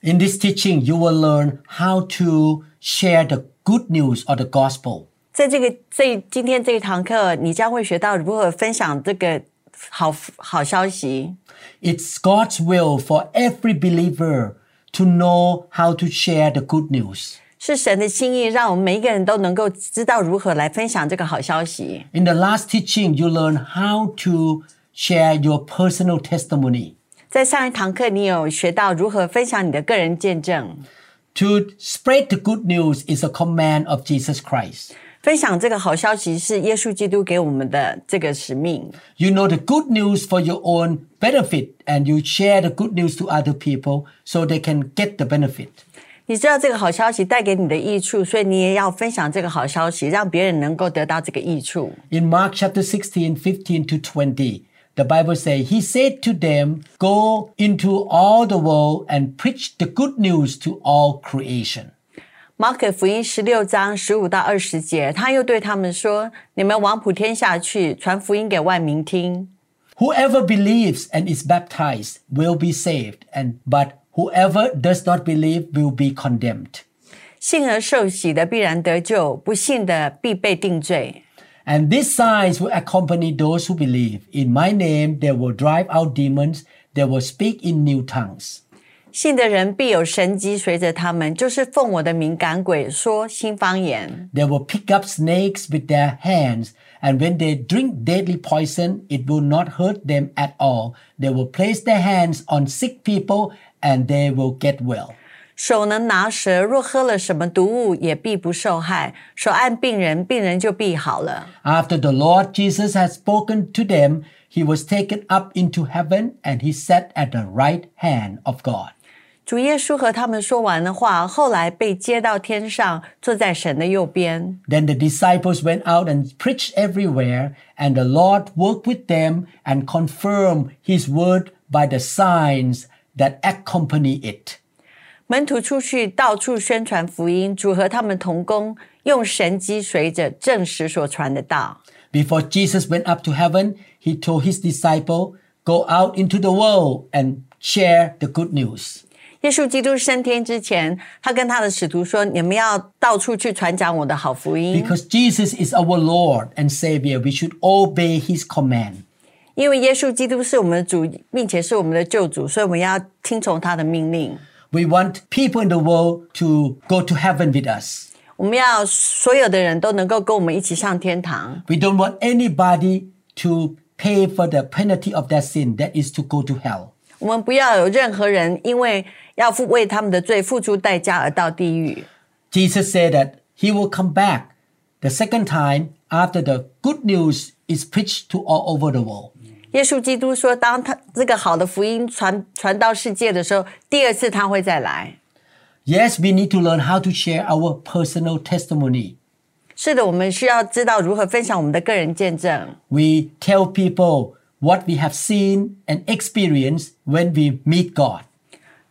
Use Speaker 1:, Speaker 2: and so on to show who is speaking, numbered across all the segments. Speaker 1: In this teaching, you will learn how to share the good news of the gospel.
Speaker 2: 在这个这今天这一堂课，你将会学到如何分享这个好好消息。
Speaker 1: It's God's will for every believer to know how to share the good news.
Speaker 2: 是神的心意，让我们每一个人都能够知道如何来分享这个好消息。
Speaker 1: In the last teaching, you learn how to share your personal testimony.
Speaker 2: 在上一堂课，你有学到如何分享你的个人见证，
Speaker 1: To spread the good news is a command of Jesus Christ.
Speaker 2: 分享这个好消息是耶稣基督给我们的这个使命。
Speaker 1: You know the good news for your own benefit, and you share the good news to other people so they can get the benefit.
Speaker 2: 你知道这个好消息带给你的益处，所以你也要分享这个好消息，让别人能够得到这个益处。
Speaker 1: In Mark chapter 16, 15 to 20, the Bible says, He said to them, Go into all the world and preach the good news to all creation.
Speaker 2: 马可福音十六章十五到二十节，他又对他们说：“你们往普天下去，传福音给万民听。
Speaker 1: Whoever believes and is baptized will be saved, and but whoever does not believe will be condemned.
Speaker 2: 信而受洗的必然得救，不信的必被定罪。
Speaker 1: And these signs will accompany those who believe. In my name, they will drive out demons, they will speak in new tongues.
Speaker 2: 信的人必有神机随着他们，就是奉我的名赶鬼，说新方言。
Speaker 1: They will pick up snakes with their hands, and when they drink deadly poison, it will not hurt them at all. They will place their hands on sick people and they will get well.
Speaker 2: 手能拿蛇，若喝了什么毒物，也必不受害。手按病人，病人就必好了。”
Speaker 1: After the Lord Jesus had spoken to them, he was taken up into heaven and he sat at the right hand of God.
Speaker 2: 主耶稣和他们说完的话，后来被接到天上，坐在神的右边。
Speaker 1: Then the disciples went out and preached everywhere, and the Lord worked with them and confirmed his word by the signs that accompany it.
Speaker 2: 门徒出去到处宣传福音，主和他们同工，用神机随着证实所传的道。
Speaker 1: Before Jesus went up to heaven, he told his disciple, "Go out into the world and share the good news."
Speaker 2: 耶稣基督升天之前，他跟他的使徒说：“你们要到处去传讲我的好福音，
Speaker 1: Because Jesus is our Lord and Savior, we should obey his command.
Speaker 2: 因为耶稣基督是我们的主，并且是我们的救主，所以我们要听从他的命令。
Speaker 1: We want people in the world to go to heaven with us.
Speaker 2: 我们要所有的人都能够跟我们一起上天堂。”
Speaker 1: We don't want anybody to pay for the penalty of their sin, that is to go to hell.
Speaker 2: 我们不要有任何人因为要付为他们的罪付出代价而到地狱。
Speaker 1: Jesus said that he will come back the second time after the good news is preached to all over the world.
Speaker 2: 耶稣基督说，当他这个好的福音传传到世界的时候，第二次他会再来。
Speaker 1: Yes, we need to learn how to share our personal testimony.
Speaker 2: 是的，我们需要知道如何分享我们的个人见证。
Speaker 1: We tell people what we have seen and experienced when we meet God.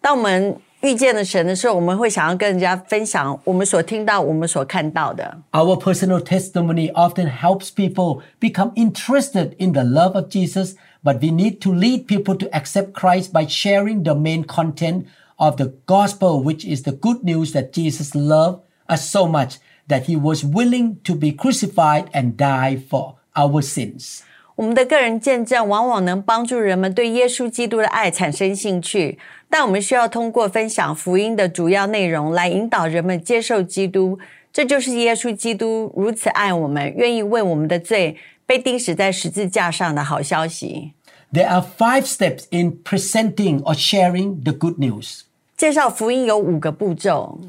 Speaker 2: 当我们遇见了神的时候，我们会想要跟人家分享我们所听到、我们所看到的。
Speaker 1: Our personal testimony often helps people become interested in the love of Jesus, but we need to lead people to accept Christ by sharing the main content of the gospel, which is the good news that Jesus loved us so much that he was willing to be crucified and die for our sins.
Speaker 2: 我们的个人见证往往能帮助人们对耶稣基督的爱产生兴趣，但我们需要通过分享福音的主要内容来引导人们接受基督。这就是耶稣基督如此爱我们，愿意为我们的罪被钉死在十字架上的好消息。
Speaker 1: There are five steps in presenting or sharing the good news.
Speaker 2: 介绍福音有五个步骤，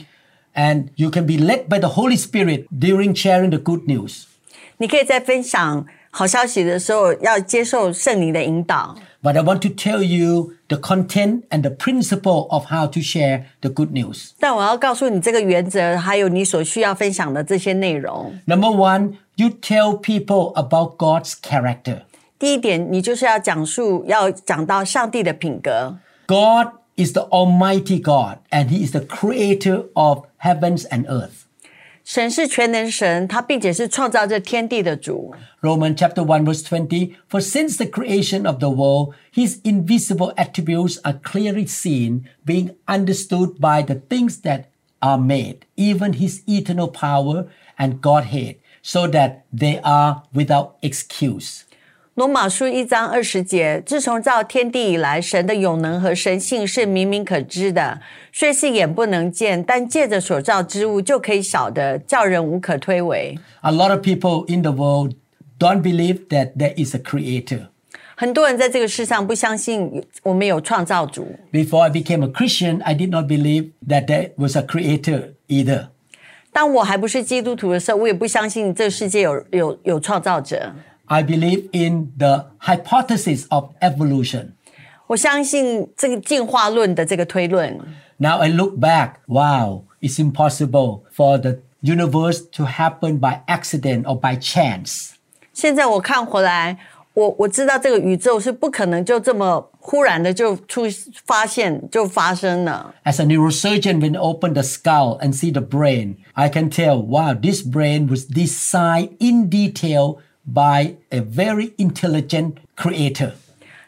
Speaker 1: And you can be led by the Holy Spirit during sharing the good news.
Speaker 2: 你可以在分享好消息的时候要接受圣灵的引导。
Speaker 1: But I want to tell you the content and the principle of how to share the good news.
Speaker 2: 但我要告诉你这个原则，还有你所需要分享的这些内容。
Speaker 1: Number one, you tell people about God's character.
Speaker 2: 第一点，你就是要讲述，要讲到上帝的品格。
Speaker 1: God is the Almighty God, and He is the creator of heavens and earth.
Speaker 2: 神是全能神，他并且是创造这天地的主。
Speaker 1: Romans chapter 1 verse 20 For since the creation of the world his invisible attributes are clearly seen being understood by the things that are made even his eternal power and godhead so that they are without excuse
Speaker 2: 罗马书一章二十节：自从造天地以来，神的永能和神性是明明可知的，虽是眼不能见，但借着所造之物就可以晓得，叫人无可推诿。
Speaker 1: A lot of people in the world don't believe that there is a creator
Speaker 2: 很多人在这个世上不相信我们有创造主。
Speaker 1: Before I became a Christian I did not believe that there was a creator either
Speaker 2: 当我还不是基督徒的时候，我也不相信这世界有有有创造者。
Speaker 1: I believe in the hypothesis of evolution
Speaker 2: 我相信这个进化论的这个推论。
Speaker 1: Now I look back, wow, it's impossible for the universe to happen by accident or by chance.
Speaker 2: 现在我看回来，我我知道这个宇宙是不可能就这么忽然的就出发现就发生了。
Speaker 1: As a neurosurgeon, when I open the skull and see the brain, I can tell, wow, this brain was designed in detail by a very intelligent creator.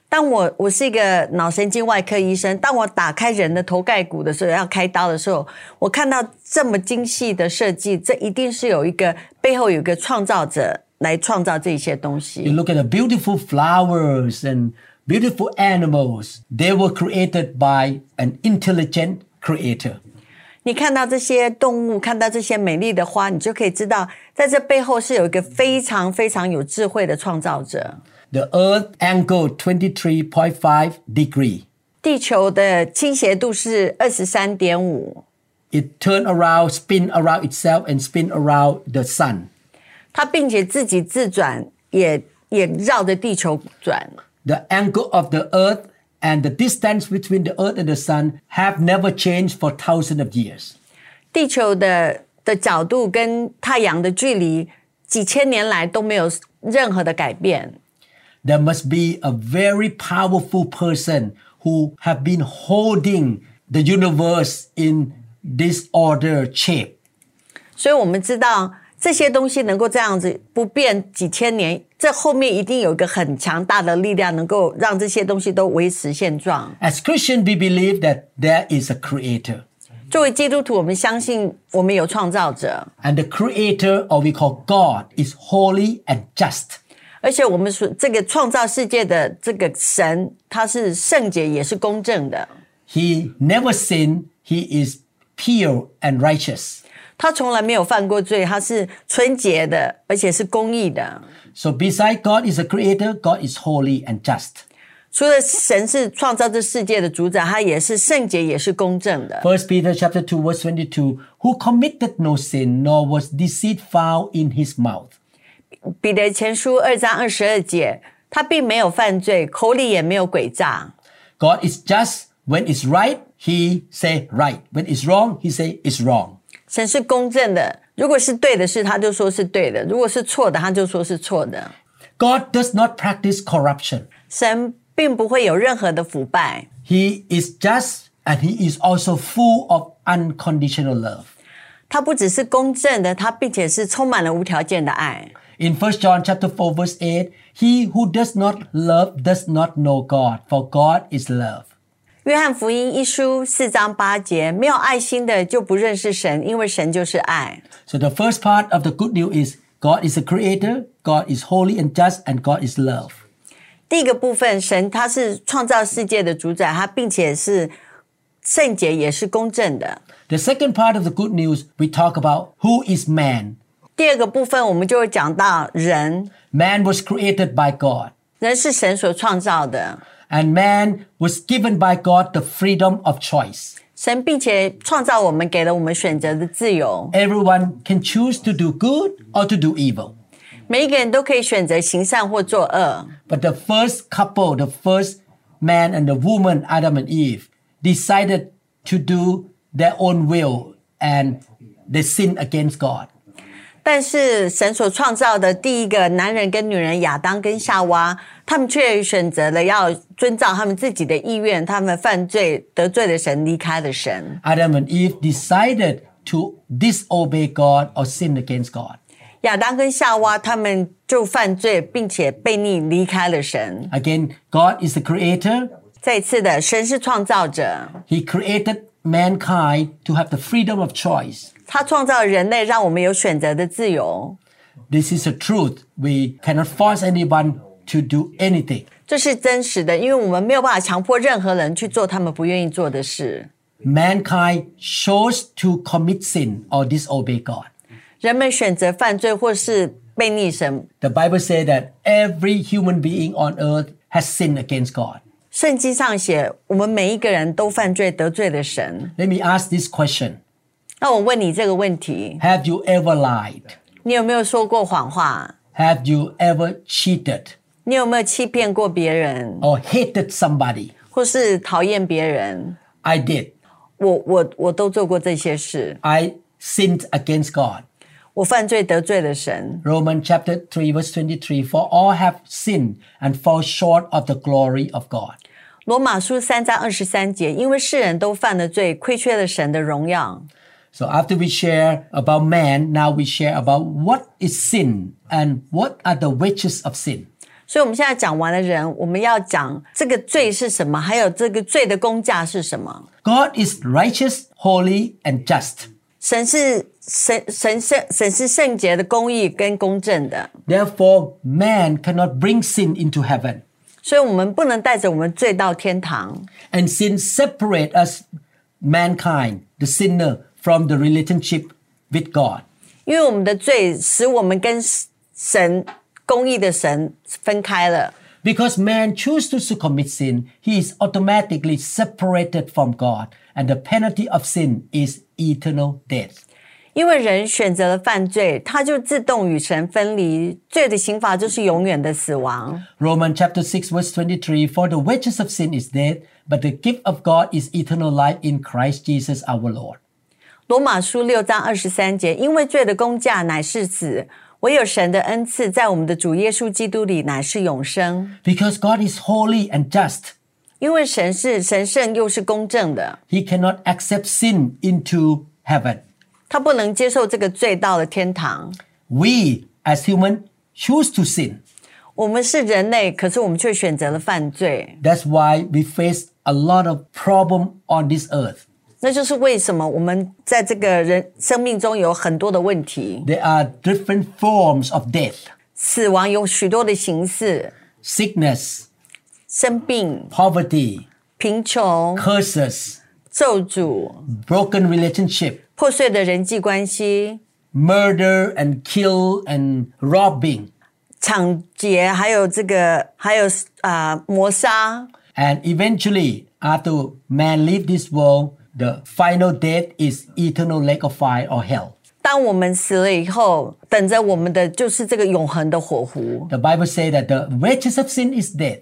Speaker 2: 当我我是一个脑神经外科医生，当我打开人的头盖骨的时候，要开刀的时候，我看到这么精细的设计，这一定是有一个背后有一个创造者来创造这些东
Speaker 1: You
Speaker 2: 西。
Speaker 1: look at the beautiful flowers and beautiful animals, they were created by an intelligent creator.
Speaker 2: 你看到这些动物，看到这些美丽的花，你就可以知道，在这背后是有一个非常非常有智慧的创造者。
Speaker 1: The earth angle 23.5 degree.
Speaker 2: 地球的倾斜度是二十三点五，
Speaker 1: it turn around, spin around itself, and spin around the sun.
Speaker 2: 它并且自己自转，也也绕着地球转。
Speaker 1: The angle of the earth and the distance between the earth and the sun have never changed for thousands of years.
Speaker 2: 地球的的角度跟太阳的距离，几千年来都没有任何的改变。
Speaker 1: There must be a very powerful person who have been holding the universe in this order shape.
Speaker 2: 所以我们知道这些东西能够这样子不变几千年，这后面一定有一个很强大的力量，能够让这些东西都维持现状。
Speaker 1: As Christian, we believe that there is a creator.
Speaker 2: 作为基督徒，我们相信我们有创造者，
Speaker 1: And the creator, or we call God, is holy and just.
Speaker 2: 而且我们所这个创造世界的这个神，他是圣洁也是公正的，
Speaker 1: He never sinned. He is pure and righteous.
Speaker 2: 他从来没有犯过罪，他是纯洁的，而且是公义的。
Speaker 1: So beside God is a creator, God is holy and just.
Speaker 2: 除了神是创造这世界的主宰，他也是圣洁，也是公正的。
Speaker 1: First Peter chapter 2 verse 22, who committed no sin nor was deceit found in his mouth.
Speaker 2: 彼得前书二章二十二节，他并没有犯罪，口里也没有诡诈。
Speaker 1: God is just. When it's right, he say right. When it's wrong, he say it's wrong.
Speaker 2: 神是公正的，如果是对的事，他就说是对的；如果是错的，他就说是错的。
Speaker 1: God does not practice corruption.
Speaker 2: 神并不会有任何的腐败，
Speaker 1: He is just and he is also full of unconditional love.
Speaker 2: 他不只是公正的，他并且是充满了无条件的爱。
Speaker 1: In 1 John chapter 4 verse 8, he who does not love does not know God, for God is love.
Speaker 2: 约翰福音一书四章八节，没有爱心的就不认识神，因为神就是爱。
Speaker 1: So the first part of the good news is God is a creator, God is holy and just, and God is love.
Speaker 2: 第一个部分，神他是创造世界的主宰，他并且是圣洁，也是公正的。
Speaker 1: The second part of the good news, we talk about who is man.
Speaker 2: 第二个部分，我们就会讲到人，
Speaker 1: Man was created by God,
Speaker 2: 人是神所创造的，
Speaker 1: and man was given by God the freedom of choice.
Speaker 2: 神并且创造我们，给了我们选择的自由。
Speaker 1: Everyone can choose to do good or to do evil.
Speaker 2: 每一个人都可以选择行善或作恶，
Speaker 1: But the first couple, the first man and the woman, Adam and Eve, decided to do their own will and they sinned against God.
Speaker 2: 但是神所创造的第一个男人跟女人亚当跟夏娃，他们却选择了要遵照他们自己的意愿，他们犯罪得罪了神，离开了神。
Speaker 1: Adam and Eve decided to disobey God or sin against God.
Speaker 2: 亚当跟夏娃他们就犯罪，并且悖逆离开了神。
Speaker 1: Again, God is the creator.
Speaker 2: 再一次的，神是创造者，
Speaker 1: He created mankind to have the freedom of choice.
Speaker 2: 他创造人类，让我们有选择的自由。
Speaker 1: This is the truth. We cannot force anyone to do anything.
Speaker 2: 这是真实的，因为我们没有办法强迫任何人去做他们不愿意做的事。
Speaker 1: Mankind chose to commit sin or disobey God.
Speaker 2: 人们选择犯罪或是悖逆神。
Speaker 1: The Bible says that every human being on earth has sinned against God.
Speaker 2: 圣经上写，我们每一个人都犯罪得罪了神。
Speaker 1: Let me ask this question
Speaker 2: 那我问你这个问题：
Speaker 1: Have you ever lied?
Speaker 2: 你有没有说过谎话？
Speaker 1: Have you ever cheated
Speaker 2: 你有没有欺骗过别人，
Speaker 1: or hated somebody?
Speaker 2: 或是讨厌别人？
Speaker 1: I did.
Speaker 2: 我我我都做过这些事，
Speaker 1: I sinned against God.
Speaker 2: 我犯罪得罪了神。
Speaker 1: Romans chapter 3 verse 23 for all have sinned and fall short of the glory of God.
Speaker 2: 罗马书三章二十三节，因为世人都犯了罪，亏缺了神的荣耀。
Speaker 1: So after we share about man, now we share about what is sin and what are the wages of sin.
Speaker 2: 所以，我们现在讲完了人，我们要讲这个罪是什么，还有这个罪的公价是什么。
Speaker 1: God is righteous, holy and just.
Speaker 2: 神是神神圣神是圣洁的、公义跟公正的，
Speaker 1: Therefore man cannot bring sin into heaven.
Speaker 2: 所以我们不能带着我们罪到天堂。
Speaker 1: And sin separate us mankind, the sinner from the relationship with God.
Speaker 2: 因为我们的罪使我们跟神公义的神分开了。
Speaker 1: Because man chooses to commit sin, he is automatically separated from God, and the penalty of sin is eternal death.
Speaker 2: 因为人选择了犯罪，他就自动与神分离，罪的刑罚就是永远的死亡。
Speaker 1: Romans chapter 6 verse 23 For the wages of sin is death, but the gift of God is eternal life in Christ Jesus our Lord.
Speaker 2: 罗马书六章二十三节，因为罪的公价乃是死，唯有神的恩赐在我们的主耶稣基督里乃是永生。
Speaker 1: Because God is holy and just,
Speaker 2: 因为神是神圣又是公正的，
Speaker 1: he cannot accept sin into heaven.
Speaker 2: 他不能接受这个罪到了天堂。
Speaker 1: We as human choose to sin.
Speaker 2: 我们是人类，可是我们却选择了犯罪，
Speaker 1: That's why we face a lot of problem on this earth.
Speaker 2: 那就是为什么我们在这个人生命中有很多的问题，
Speaker 1: There are different forms of death.
Speaker 2: 死亡有许多的形式，
Speaker 1: sickness,
Speaker 2: 生病、
Speaker 1: poverty,
Speaker 2: 贫穷、
Speaker 1: curses,
Speaker 2: 咒诅、
Speaker 1: broken relationship,
Speaker 2: 破碎的人际关系、
Speaker 1: murder and kill and robbing,
Speaker 2: 抢劫，还有这个，还有啊、呃谋杀。
Speaker 1: and eventually after man leave this world, the final death is eternal lake of fire or hell.
Speaker 2: 当我们死了以后，等着我们的就是这个永恒的火湖。
Speaker 1: The Bible says that the wages of sin is death.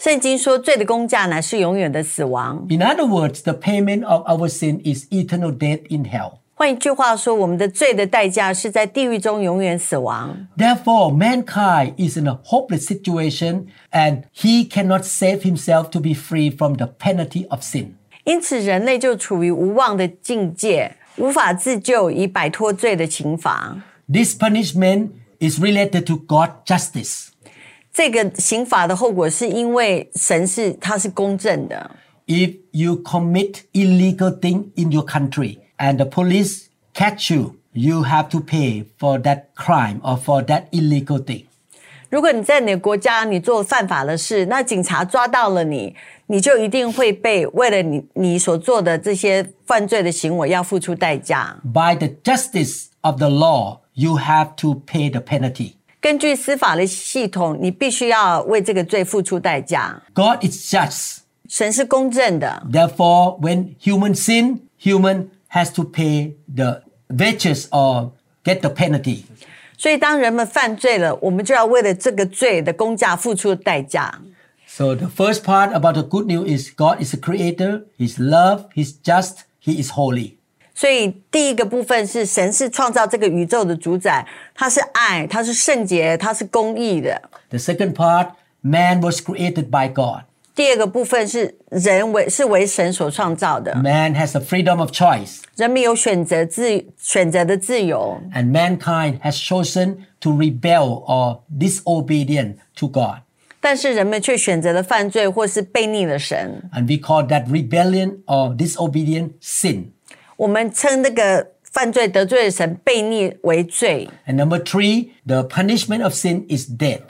Speaker 2: 圣经说，罪的公价乃是永远的死亡。
Speaker 1: In other words, the payment of our sin is eternal death in hell.
Speaker 2: 换一句话说，我们的罪的代价是在地狱中永远死亡。
Speaker 1: Therefore, mankind is in a hopeless situation and he cannot save himself to be free from the penalty of sin.
Speaker 2: 因此，人类就处于无望的境界，无法自救以摆脱罪的刑罚。
Speaker 1: This punishment is related to God's justice.
Speaker 2: 这个刑罚的后果是因为神是他是公正的。
Speaker 1: If you commit illegal thing in your country and the police catch you, you have to pay for that crime or for that illegal thing.
Speaker 2: 如果你在你的国家你做犯法的事，那警察抓到了你，你就一定会被为了你你所做的这些犯罪的行为要付出代价。
Speaker 1: By the justice of the law, you have to pay the penalty.
Speaker 2: 根据司法的系统，你必须要为这个罪付出代价。
Speaker 1: God is just.
Speaker 2: 神是公正的，
Speaker 1: Therefore, when human sin, human has to pay the wages or get the penalty.
Speaker 2: 所以当人们犯罪了，我们就要为了这个罪的公价付出代价。
Speaker 1: So the first part about the good news is God is a creator, He's love, He's just, He is holy.
Speaker 2: 所以第一个部分是神是创造这个宇宙的主宰，他是爱，他是圣洁，他是公义的。
Speaker 1: The second part, man was created by God.
Speaker 2: 第二个部分是人为是为神所创造的，
Speaker 1: Man has the freedom of choice,
Speaker 2: 人们有选择自选择的自由，
Speaker 1: and mankind has chosen to rebel or disobedient to God.
Speaker 2: 但是人们却选择了犯罪或是背逆了神。
Speaker 1: And we call that rebellion or disobedient sin.
Speaker 2: 我们称那个犯罪得罪了神背逆为罪。
Speaker 1: And number three, the punishment of sin is death.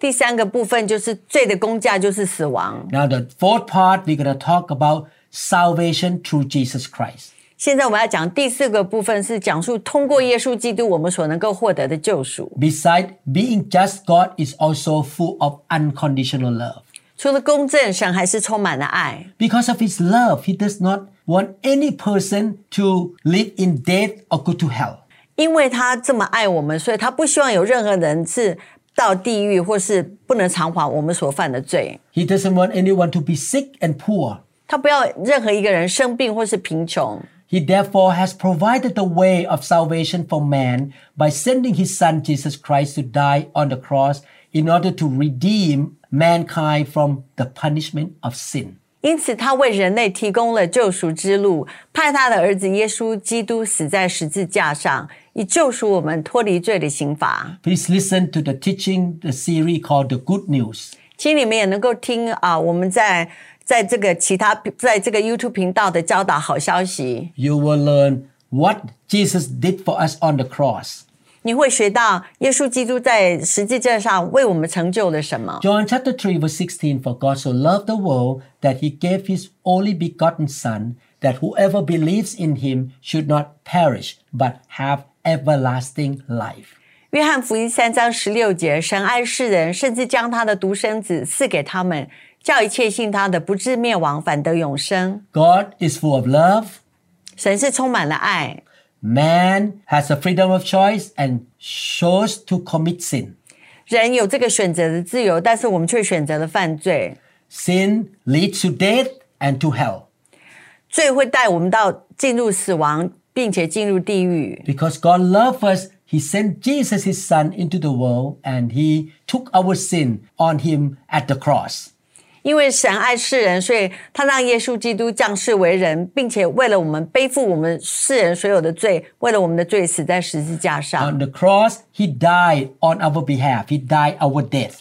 Speaker 2: 第三个部分就是罪的公价就是死亡。
Speaker 1: Now, the fourth part, we're going to talk about salvation through Jesus Christ.
Speaker 2: 现在我们要讲第四个部分是讲述通过耶稣基督我们所能够获得的救赎。
Speaker 1: Beside being just, God is also full of unconditional love.
Speaker 2: 除了公正，神还是充满了爱。
Speaker 1: Because of his love, he does not want any person to live in death or go to hell.
Speaker 2: 因为他这么爱我们，所以他不希望有任何人是到地狱或是不能偿还我们所犯的罪。
Speaker 1: He doesn't want anyone to be sick and poor.
Speaker 2: 他不要任何一个人生病或是贫穷，
Speaker 1: He therefore has provided the way of salvation for man by sending his son Jesus Christ to die on the cross in order to redeem mankind from the punishment of sin.
Speaker 2: 因此他为人类提供了救赎之路，派他的儿子耶稣基督死在十字架上，以救赎我们脱离罪的刑罚。
Speaker 1: Please listen to the teaching, the series called The Good News.
Speaker 2: 其实你们也能够听啊，我们在在这个其他在这个 YouTube 频道的教导好消息，
Speaker 1: You will learn what Jesus did for us on the cross.
Speaker 2: 你会学到耶稣基督在十字架上为我们成就了什么。
Speaker 1: John chapter 3 verse 16 For God so loved the world that he gave his only begotten Son, that whoever believes in him should not perish, but have everlasting life.
Speaker 2: 约翰福音三章十六节，神爱世人，甚至将他的独生子赐给他们，叫一切信他的不至灭亡，反得永生。
Speaker 1: God is full of love.
Speaker 2: 神是充满了爱，
Speaker 1: Man has the freedom of choice and chose to commit sin.
Speaker 2: 人有这个选择的自由，但是我们却选择了犯罪。
Speaker 1: Sin leads to death and to hell.
Speaker 2: 罪会带我们到进入死亡，并且进入地狱。
Speaker 1: Because God loved us, He sent Jesus, His Son, into the world and He took our sin on Him at the cross.
Speaker 2: 因为神爱世人，所以他让耶稣基督降世为人，并且为了我们背负我们世人所有的罪，为了我们的罪死在十字架上。
Speaker 1: On the cross, He died on our behalf. He died our death.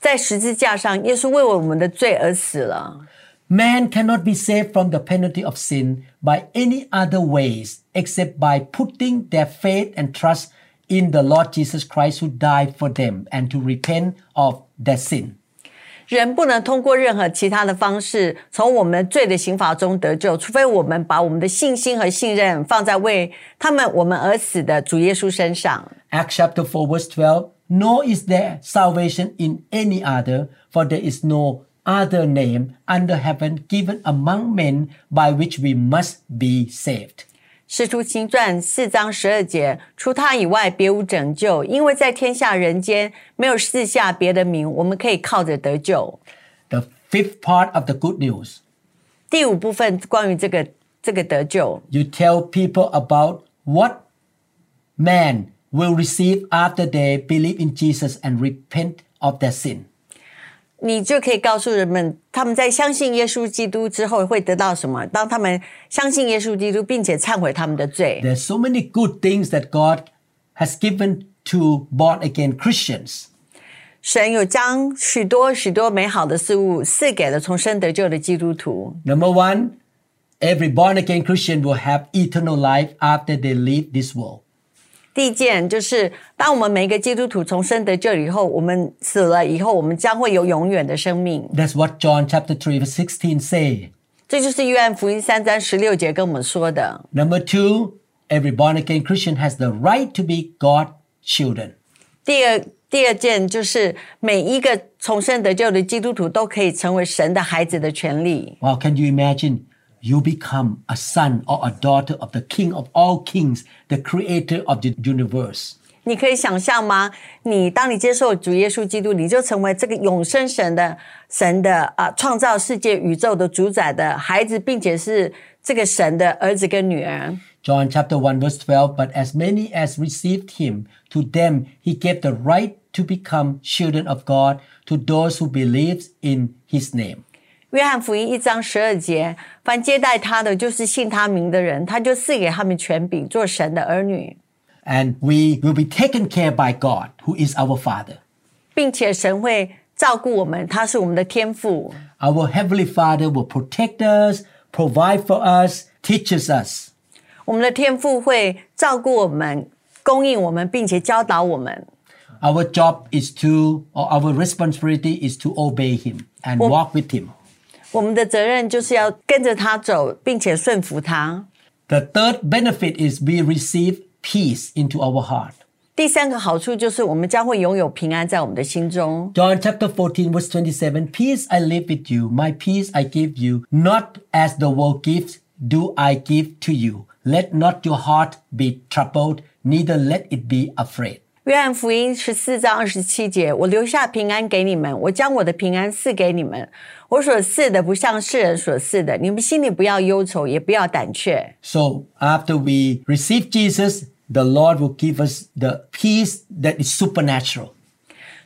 Speaker 2: 在十字架上，耶稣为我们的罪而死了。
Speaker 1: Man cannot be saved from the penalty of sin by any other ways except by putting their faith and trust in the Lord Jesus Christ who died for them and to repent of their sin.
Speaker 2: 人不能通过任何其他的方式从我们罪的刑罚中得救，除非我们把我们的信心和信任放在为他们我们而死的主耶稣身上。
Speaker 1: Acts chapter 4 verse 12, nor is there salvation in any other, for there is no other name under heaven given among men by which we must be saved.
Speaker 2: 使徒行传四章十二节，除他以外别无拯救，因为在天下人间没有四下别的名，我们可以靠着得救。
Speaker 1: The fifth part of the good news.
Speaker 2: 第五部分关于这个这个得救，
Speaker 1: You tell people about what man will receive after they believe in Jesus and repent of their sin.
Speaker 2: 你就可以告诉人们，他们在相信耶稣基督之后会得到什么。当他们相信耶稣基督，并且忏悔他们的罪，
Speaker 1: There's so many good things that God has given to born again Christians.
Speaker 2: 神有将许多许多美好的事物赐给了重生得救的基督徒。
Speaker 1: Number one, every born again Christian will have eternal life after they leave this world.
Speaker 2: 第一件就是，当我们每一个基督徒重生得救以后，我们死了以后，我们将会有永远的生命。
Speaker 1: That's what John chapter 3 verse 16 say.
Speaker 2: 这就是约翰福音三章十六节跟我们说的。
Speaker 1: Number two, every born again Christian has the right to be God children.
Speaker 2: 第二第二件就是，每一个重生得救的基督徒都可以成为神的孩子的权利。
Speaker 1: Wow, can you imagine? You become a son or a daughter of the King of all kings, the creator of the universe.
Speaker 2: 你可以想象吗？你当你接受主耶稣基督，你就成为这个永生神的神的啊、创造世界宇宙的主宰的孩子，并且是这个神的儿子跟女儿。
Speaker 1: John chapter 1 verse 12, but as many as received him, to them he gave the right to become children of God, to those who believes in his name.
Speaker 2: 约翰福音一章十二节，凡接待他的，就是信他名的人，他就赐给他们权柄，做神的儿女，
Speaker 1: And we will be taken care by God, who is our Father.
Speaker 2: 并且神会照顾我们，他是我们的天父。
Speaker 1: Our Heavenly Father will protect us, provide for us, teaches us.
Speaker 2: 我们的天父会照顾我们，供应我们，并且教导我们。
Speaker 1: Our job is to, or our responsibility is to obey Him and walk with Him.
Speaker 2: 我们的责任就是要跟着他走，并且顺服他。
Speaker 1: The third benefit is we receive peace into our heart.
Speaker 2: 第三个好处就是，我们将会拥有平安在我们的心中。
Speaker 1: John chapter 14, verse 27 Peace I leave with you, my peace I give you. Not as the world gives, do I give to you. Let not your heart be troubled, neither let it be afraid.
Speaker 2: 约翰福音十四章二十七节：“我留下平安给你们，我将我的平安赐给你们。我所赐的不像世人所赐的，你们心里不要忧愁，也不要胆怯。
Speaker 1: So, after we receive Jesus, the Lord will give us the peace that is supernatural. ”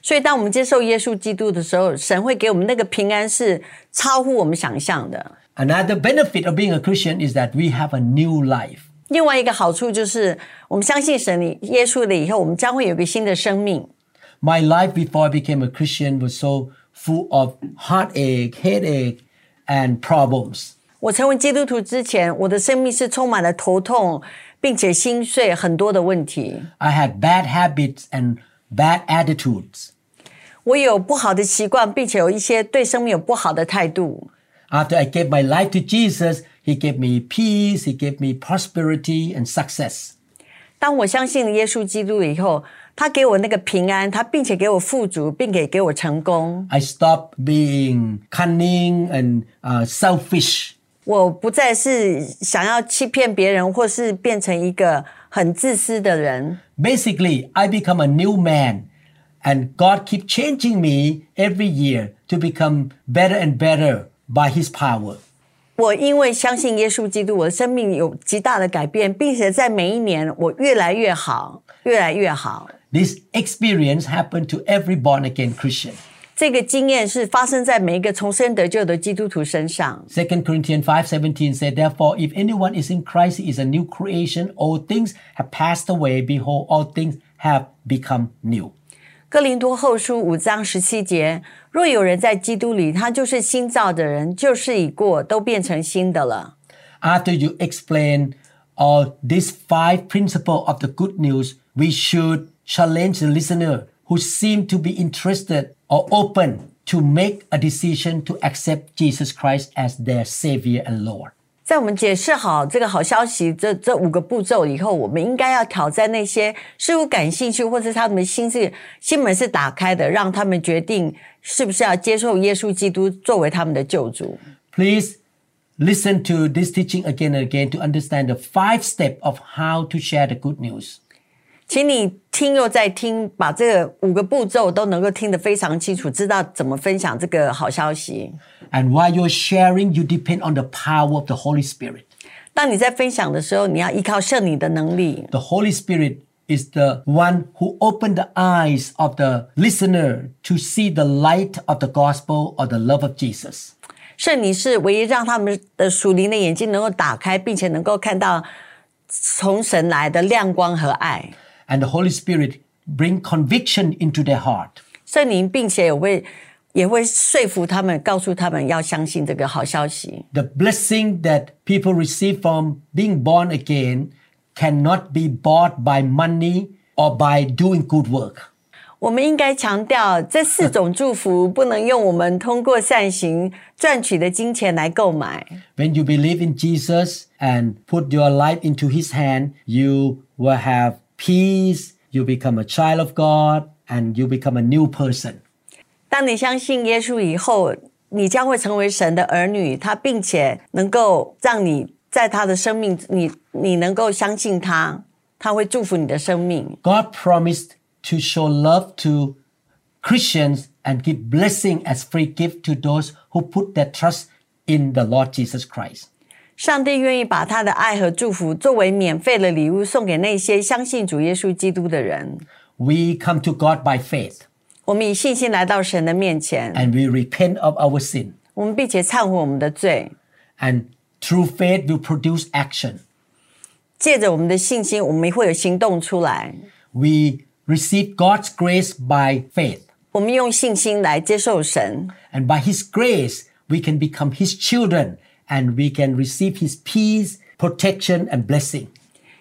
Speaker 2: 所以，当我们接受耶稣基督的时候，神会给我们那个平安，是超乎我们想象的。
Speaker 1: Another benefit of being a Christian is that we have a new life.
Speaker 2: 另外一个好处就是，我们相信神里耶稣了以后，我们将会有一个新的生命。
Speaker 1: My life before I became a Christian was so full of heartache, headache, and problems.
Speaker 2: 我成为基督徒之前，我的生命是充满了头痛，并且心碎很多的问题。
Speaker 1: I had bad habits and bad attitudes.
Speaker 2: 我有不好的习惯，并且有一些对生命有不好的态度。
Speaker 1: After I gave my life to Jesus, He gave me peace, He gave me prosperity and success.
Speaker 2: 当我相信耶稣基督以后，他给我那个平安，他并且给我富足，并且给我成功。
Speaker 1: I stopped being cunning and uh, selfish.
Speaker 2: 我不再是想要欺骗别人，或是变成一个很自私的人。
Speaker 1: Basically, I become a new man, and God keep changing me every year to become better and better by His power.
Speaker 2: 我因为相信耶稣基督，我的生命有极大的改变，并且在每一年我越来越好，越来越好。
Speaker 1: This experience happened to every born again Christian.
Speaker 2: 这个经验是发生在每一个重生得救的基督徒身上。
Speaker 1: 2 Corinthians 5:17 said, Therefore, if anyone is in Christ, he is a new creation. All things have passed away. Behold, all things have become new.
Speaker 2: 哥林多后书五章十七节：若有人在基督里，他就是新造的人，旧事已过，都变成新的了。
Speaker 1: After you explain all these five principles of the good news, we should challenge the listener who seem to be interested or open to make a decision to accept Jesus Christ as their Savior and Lord.
Speaker 2: 在我们解释好这个好消息这这五个步骤以后，我们应该要挑战那些似乎感兴趣，或者他们心是心门是打开的，让他们决定是不是要接受耶稣基督作为他们的救主。
Speaker 1: Please listen to this teaching again and again to understand the five steps of how to share the good news.
Speaker 2: 请你听又再听，把这个五个步骤都能够听得非常清楚，知道怎么分享这个好消息。
Speaker 1: And while you're sharing, you depend on the power of the Holy Spirit.
Speaker 2: 当你在分享的时候，你要依靠圣灵的能力。
Speaker 1: The Holy Spirit is the one who opened the eyes of the listener to see the light of the gospel or the love of Jesus.
Speaker 2: 圣灵是唯一让他们的属灵的眼睛能够打开，并且能够看到从神来的亮光和爱。
Speaker 1: And the Holy Spirit bring conviction into their heart.
Speaker 2: 圣灵，并且也会也会说服他们，告诉他们要相信这个好消息。
Speaker 1: The blessing that people receive from being born again cannot be bought by money or by doing good work.
Speaker 2: 我们应该强调，这四种祝福不能用我们通过善行赚取的金钱来购买。
Speaker 1: When you believe in Jesus and put your life into His hand, you will have peace, you become a child of God, and you become a new person.
Speaker 2: 当你相信耶稣以后，你将会成为神的儿女，他并且能够让你在他的生命，你你能够相信他。他会祝福你的生命。
Speaker 1: God promised to show love to Christians and give blessing as free gift to those who put their trust in the Lord Jesus Christ.
Speaker 2: 上帝愿意把他的爱和祝福作为免费的礼物送给那些相信主耶稣基督的人。
Speaker 1: We come to God by faith
Speaker 2: 我们以信心来到神的面前，
Speaker 1: and we repent of our sin.
Speaker 2: 我们并且忏悔我们的罪，
Speaker 1: And through faith will produce action.
Speaker 2: 借着我们的信心，我们会有行动出来。
Speaker 1: We receive God's grace by faith.
Speaker 2: 我们用信心来接受神，
Speaker 1: And by His grace, we can become His children and we can receive His peace, protection, and blessing.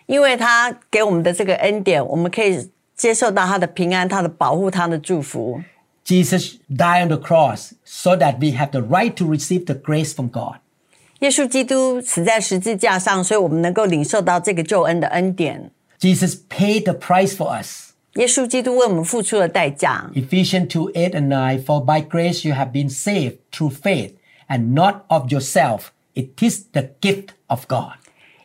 Speaker 2: 因为他给我们的这个恩典，我们可以接受到他的平安、他的保护、他的祝福。
Speaker 1: Jesus died on the cross so that we have the right to receive the grace from God.
Speaker 2: 耶稣基督死在十字架上，所以我们能够领受到这个救恩的恩典。
Speaker 1: Jesus paid the price for us.
Speaker 2: 耶稣基督为我们付出了代价。
Speaker 1: Ephesians 2 8 and 9 For by grace you have been saved through faith and not of yourself. It is the gift of God.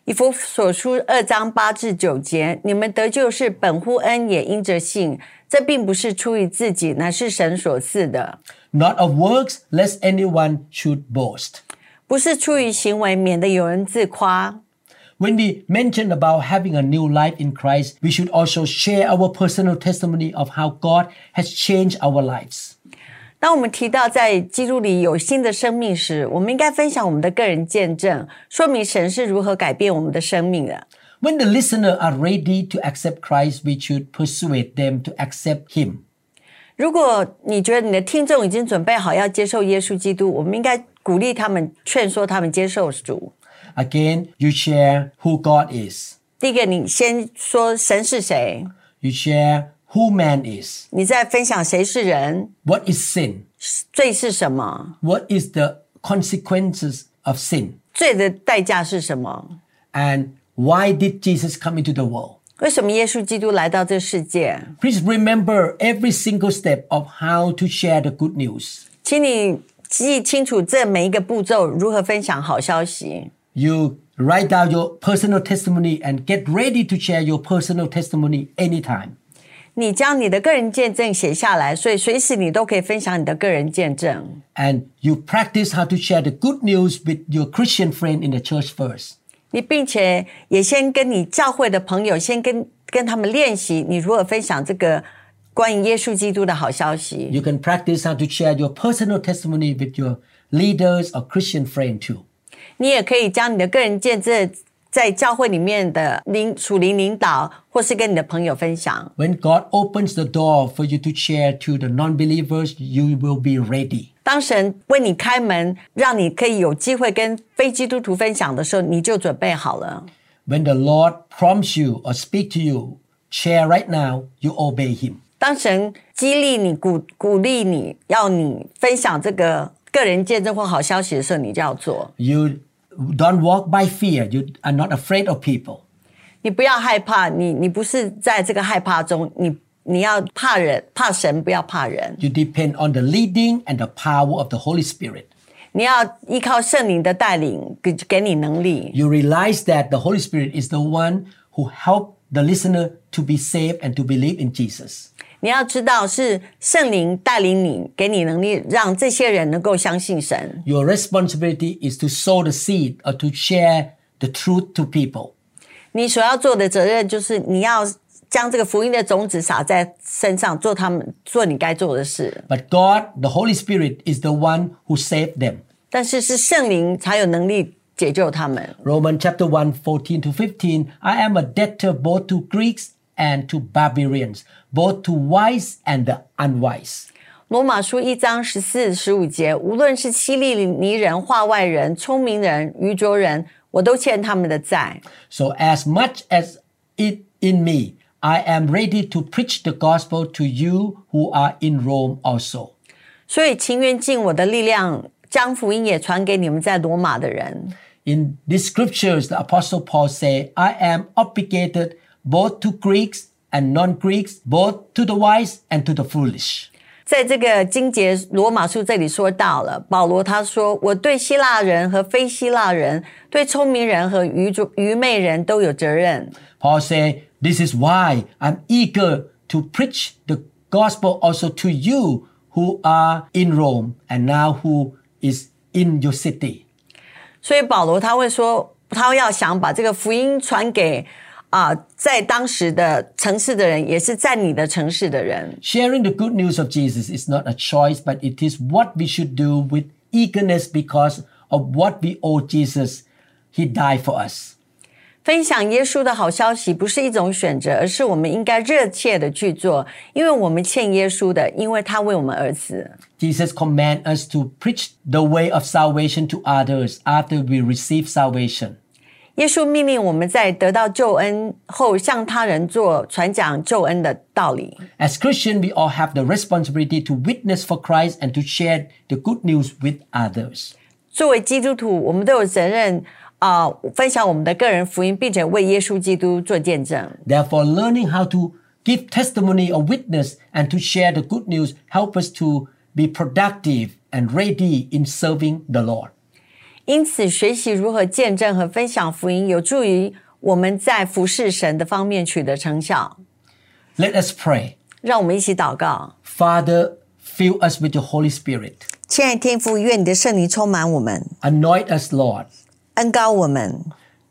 Speaker 2: 以弗所书二章八至九节，你们得救是本乎恩，也因着信。这并不是出于自己，乃是神所赐的；
Speaker 1: Not of works, lest anyone should boast.
Speaker 2: 不是出于行为，免得有人自夸。
Speaker 1: When we mention about having a new life in Christ, we should also share our personal testimony of how God has changed our lives.
Speaker 2: 当我们提到在基督里有新的生命时，我们应该分享我们的个人见证，说明神是如何改变我们的生命的。
Speaker 1: When the listener are ready to accept Christ, we should persuade them to accept Him.
Speaker 2: 如果你觉得你的听众已经准备好要接受耶稣基督，我们应该鼓励他们，劝说他们接受主。
Speaker 1: Again, you share who God is.
Speaker 2: 第一个，你先说神是谁，
Speaker 1: You share who man is.
Speaker 2: 你再分享谁是人，
Speaker 1: What is sin?
Speaker 2: 罪是什么，
Speaker 1: What is the consequences of sin?
Speaker 2: 罪的代价是什么？
Speaker 1: And why did Jesus come into the world?
Speaker 2: 为什么耶稣基督来到这世界？
Speaker 1: Please remember every single step of how to share the good news.
Speaker 2: 请你记清楚这每一个步骤如何分享好消息。
Speaker 1: You write down your personal testimony and get ready to share your personal testimony anytime.
Speaker 2: 你将你的个人见证写下来，所以随时你都可以分享你的个人见证。
Speaker 1: And you practice how to share the good news with your Christian friend in the church first.
Speaker 2: 你并且也先跟你教会的朋友先跟跟他们练习，你如何分享这个关于耶稣基督的好消息。
Speaker 1: You can practice how to share your personal testimony with your leaders or Christian friend too.
Speaker 2: 你也可以将你的个人见证在教会里面的领属灵领导，或是跟你的朋友分享。
Speaker 1: When God opens the door for you to share to the non believers, you will be ready.
Speaker 2: 当神为你开门，让你可以有机会跟非基督徒分享的时候，你就准备好了。
Speaker 1: When the Lord prompts you or speak to you, share right now, you obey Him.
Speaker 2: 当神激励你、鼓鼓励你，要你分享这个个人见证或好消息的时候，你就要做。
Speaker 1: You don't walk by fear, you are not afraid of people.
Speaker 2: 你不要害怕，你你不是在这个害怕中，你你要怕人，怕神，不要怕人。
Speaker 1: You depend on the leading and the power of the Holy Spirit.
Speaker 2: 你要依靠圣灵的带领，给给你能力。
Speaker 1: You realize that the Holy Spirit is the one who helped the listener to be saved and to believe in Jesus.
Speaker 2: 你要知道，是圣灵带领你，给你能力，让这些人能够相信神。
Speaker 1: Your responsibility is to sow the seed or to share the truth to people.
Speaker 2: 你所要做的责任就是你要将这个福音的种子撒在身上，做他们做你该做的事。
Speaker 1: But God, the Holy Spirit, is the one who saved them.
Speaker 2: 但是是圣灵才有能力解救他们。
Speaker 1: Romans chapter 1, 14 to 15. I am a debtor both to Greeks and to barbarians, both to wise and the unwise.
Speaker 2: 罗马书一章十四、十五节，无论是希利尼人、化外人、聪明人、愚拙人，我都欠他们的债。
Speaker 1: So as much as it in me, I am ready to preach the gospel to you who are in Rome also.
Speaker 2: 所以情愿尽我的力量，将福音也传给你们在罗马的人。
Speaker 1: In these scriptures, the apostle Paul say, I am obligated both to Greeks and non-Greeks, both to the wise and to the foolish.
Speaker 2: 在这个经节罗马书这里说到了，保罗他说：“我对希腊人和非希腊人，对聪明人和愚拙愚昧人都有责任。
Speaker 1: Paul said, This is why I'm eager to preach the gospel also to you who are in Rome and now who is in your city. ”
Speaker 2: 所以保罗他会说，他要想把这个福音传给啊、在当时的城市的人，也是在你的城市的人。
Speaker 1: Sharing the good news of Jesus is not a choice, but it is what we should do with eagerness because of what we owe Jesus. He died for us.
Speaker 2: 分享耶稣的好消息不是一种选择，而是我们应该热切的去做，因为我们欠耶稣的，因为他为我们而死。
Speaker 1: Jesus commands us to preach the way of salvation to others after we receive salvation.
Speaker 2: 耶稣命令我们在得到救恩后，向他人做传讲救恩的道理。
Speaker 1: As Christians, we all have the responsibility to witness for Christ and to share the good news with others.
Speaker 2: 作为基督徒，我们都有责任啊、分享我们的个人福音，并且为耶稣基督做见证。
Speaker 1: Therefore, learning how to give testimony or witness and to share the good news help us to be productive and ready in serving the Lord.
Speaker 2: 因此，学习如何见证和分享福音，有助于我们在服侍神的方面取得成效。
Speaker 1: Let us pray.
Speaker 2: 让我们一起祷告。
Speaker 1: Father, fill us with your Holy Spirit.
Speaker 2: 亲爱的天父，愿你的圣灵充满我们，
Speaker 1: Anoint us, Lord.
Speaker 2: 恩高我们，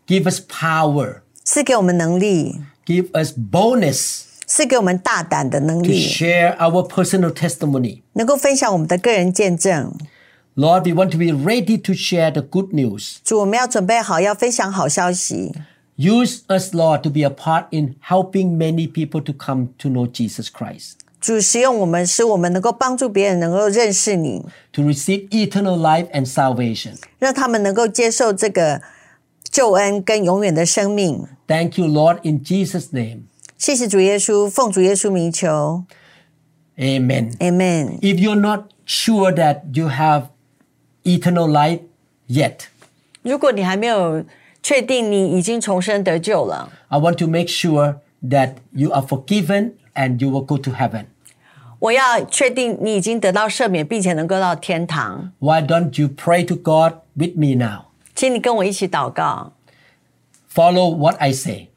Speaker 1: Give us power.
Speaker 2: 赐给我们能力，
Speaker 1: Give us boldness
Speaker 2: 赐给我们大胆的能
Speaker 1: to
Speaker 2: 力，
Speaker 1: share our personal testimony.
Speaker 2: 能够分享我们的个人见证。
Speaker 1: Lord, we want to be ready to share the good news.
Speaker 2: 主，我们要准备好要分享好消息，
Speaker 1: Use us, Lord, to be a part in helping many people to come to know Jesus Christ,
Speaker 2: 主使用我们，使我们能够帮助别人能够认识你，
Speaker 1: to receive eternal life and salvation.
Speaker 2: 让他们能够接受这个救恩跟永远的生命。
Speaker 1: Thank you, Lord, in Jesus' name.
Speaker 2: 谢谢主耶稣，奉主耶稣名求
Speaker 1: Amen.
Speaker 2: ，Amen。
Speaker 1: If you're not sure that you have eternal life yet,
Speaker 2: 如果你还没有确定你已经重生得救了，
Speaker 1: I want to make sure that you are forgiven and you will go to heaven.
Speaker 2: 我要确定你已经得到赦免，并且能够到天堂，
Speaker 1: Why don't you pray to God with me now?
Speaker 2: 请你跟我一起祷告，
Speaker 1: Follow what I say.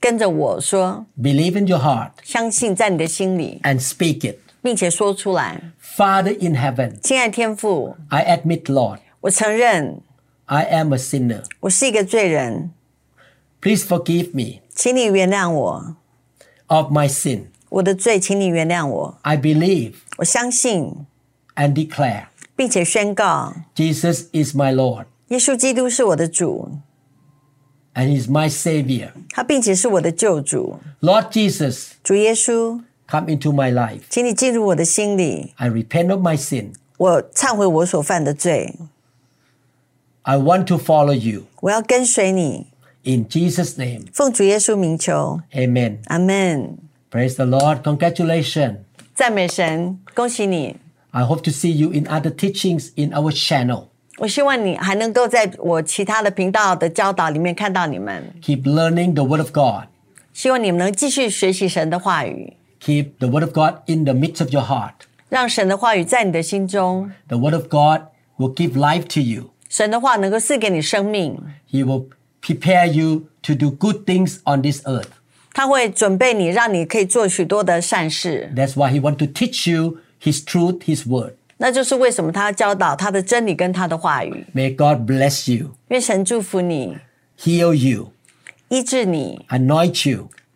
Speaker 2: 跟着我说，
Speaker 1: Believe in your heart
Speaker 2: 相信在你的心里，
Speaker 1: and speak it.
Speaker 2: 并且说出来。
Speaker 1: Father in heaven,
Speaker 2: 亲爱的天父，
Speaker 1: I admit, Lord,
Speaker 2: 我承认
Speaker 1: I am a sinner.
Speaker 2: 我是一个罪人，
Speaker 1: Please forgive me
Speaker 2: 请你原谅我，
Speaker 1: of my sin.
Speaker 2: 我的罪，请你原谅我。
Speaker 1: I believe
Speaker 2: 我相信，
Speaker 1: and declare
Speaker 2: 并且宣告，
Speaker 1: Jesus is my Lord
Speaker 2: 耶稣基督是我的主，
Speaker 1: and He's my Savior.
Speaker 2: 他并且是我的救主。
Speaker 1: Lord Jesus,
Speaker 2: 主耶稣，
Speaker 1: come into my life.
Speaker 2: 请你进入我的心里，
Speaker 1: I repent of my sin.
Speaker 2: 我忏悔我所犯的罪，
Speaker 1: I want to follow you.
Speaker 2: 我要跟随你，
Speaker 1: In Jesus' name,
Speaker 2: 奉主耶稣名求，
Speaker 1: amen.
Speaker 2: 阿门。
Speaker 1: Praise the Lord. Congratulations.
Speaker 2: 赞美神，恭喜你！
Speaker 1: I hope to see you in other teachings in our channel.
Speaker 2: 我希望你还能够在我其他的频道的教导里面看到你们，
Speaker 1: Keep learning the Word of God.
Speaker 2: 希望你们能继续学习神的话语，
Speaker 1: Keep the Word of God in the midst of your heart.
Speaker 2: 让神的话语在你的心中，
Speaker 1: The Word of God will give life to you.
Speaker 2: 神的话能够赐给你生命，
Speaker 1: He will prepare you to do good things on this earth.
Speaker 2: 他会准备你，让你可以做许多的善事。
Speaker 1: That's why He wants to teach you His truth, His Word.
Speaker 2: 那就是为什么他要教导他的真理跟他的话语。
Speaker 1: May God bless you,
Speaker 2: 愿神祝福你，
Speaker 1: heal you,
Speaker 2: 医治你，
Speaker 1: anoint you.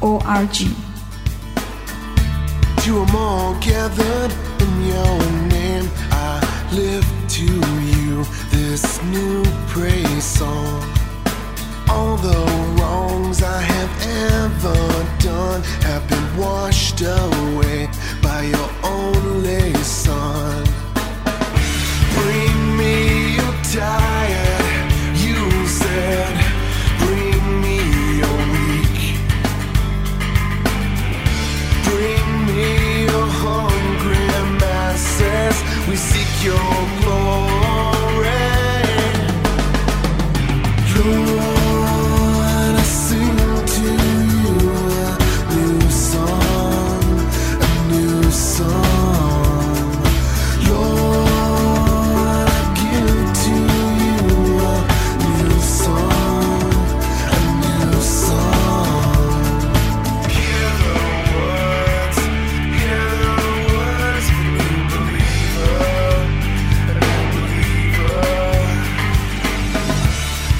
Speaker 3: org。
Speaker 4: To 'em all gathered in your name, I lift to you this new praise song. All the wrongs I have ever done have been washed away by your only son. We seek your glory. Lord, I sing to you a new song, a new song. Lord, I give to you a new song, a new song. Hear the words, hear the words of a new believer, a new believer.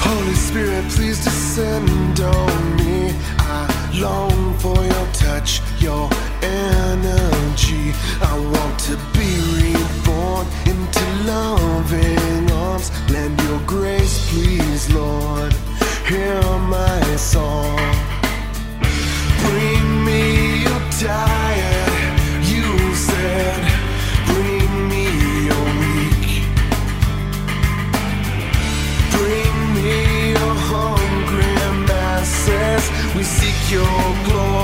Speaker 4: Holy Spirit, please descend on me. I long for your touch, your energy. I want to be reborn into loving arms. Lend your grace, please, Lord. Hear my song. Bring me your diet, you said. Bring me your weak. Bring me your hungry masses. We seek your glory.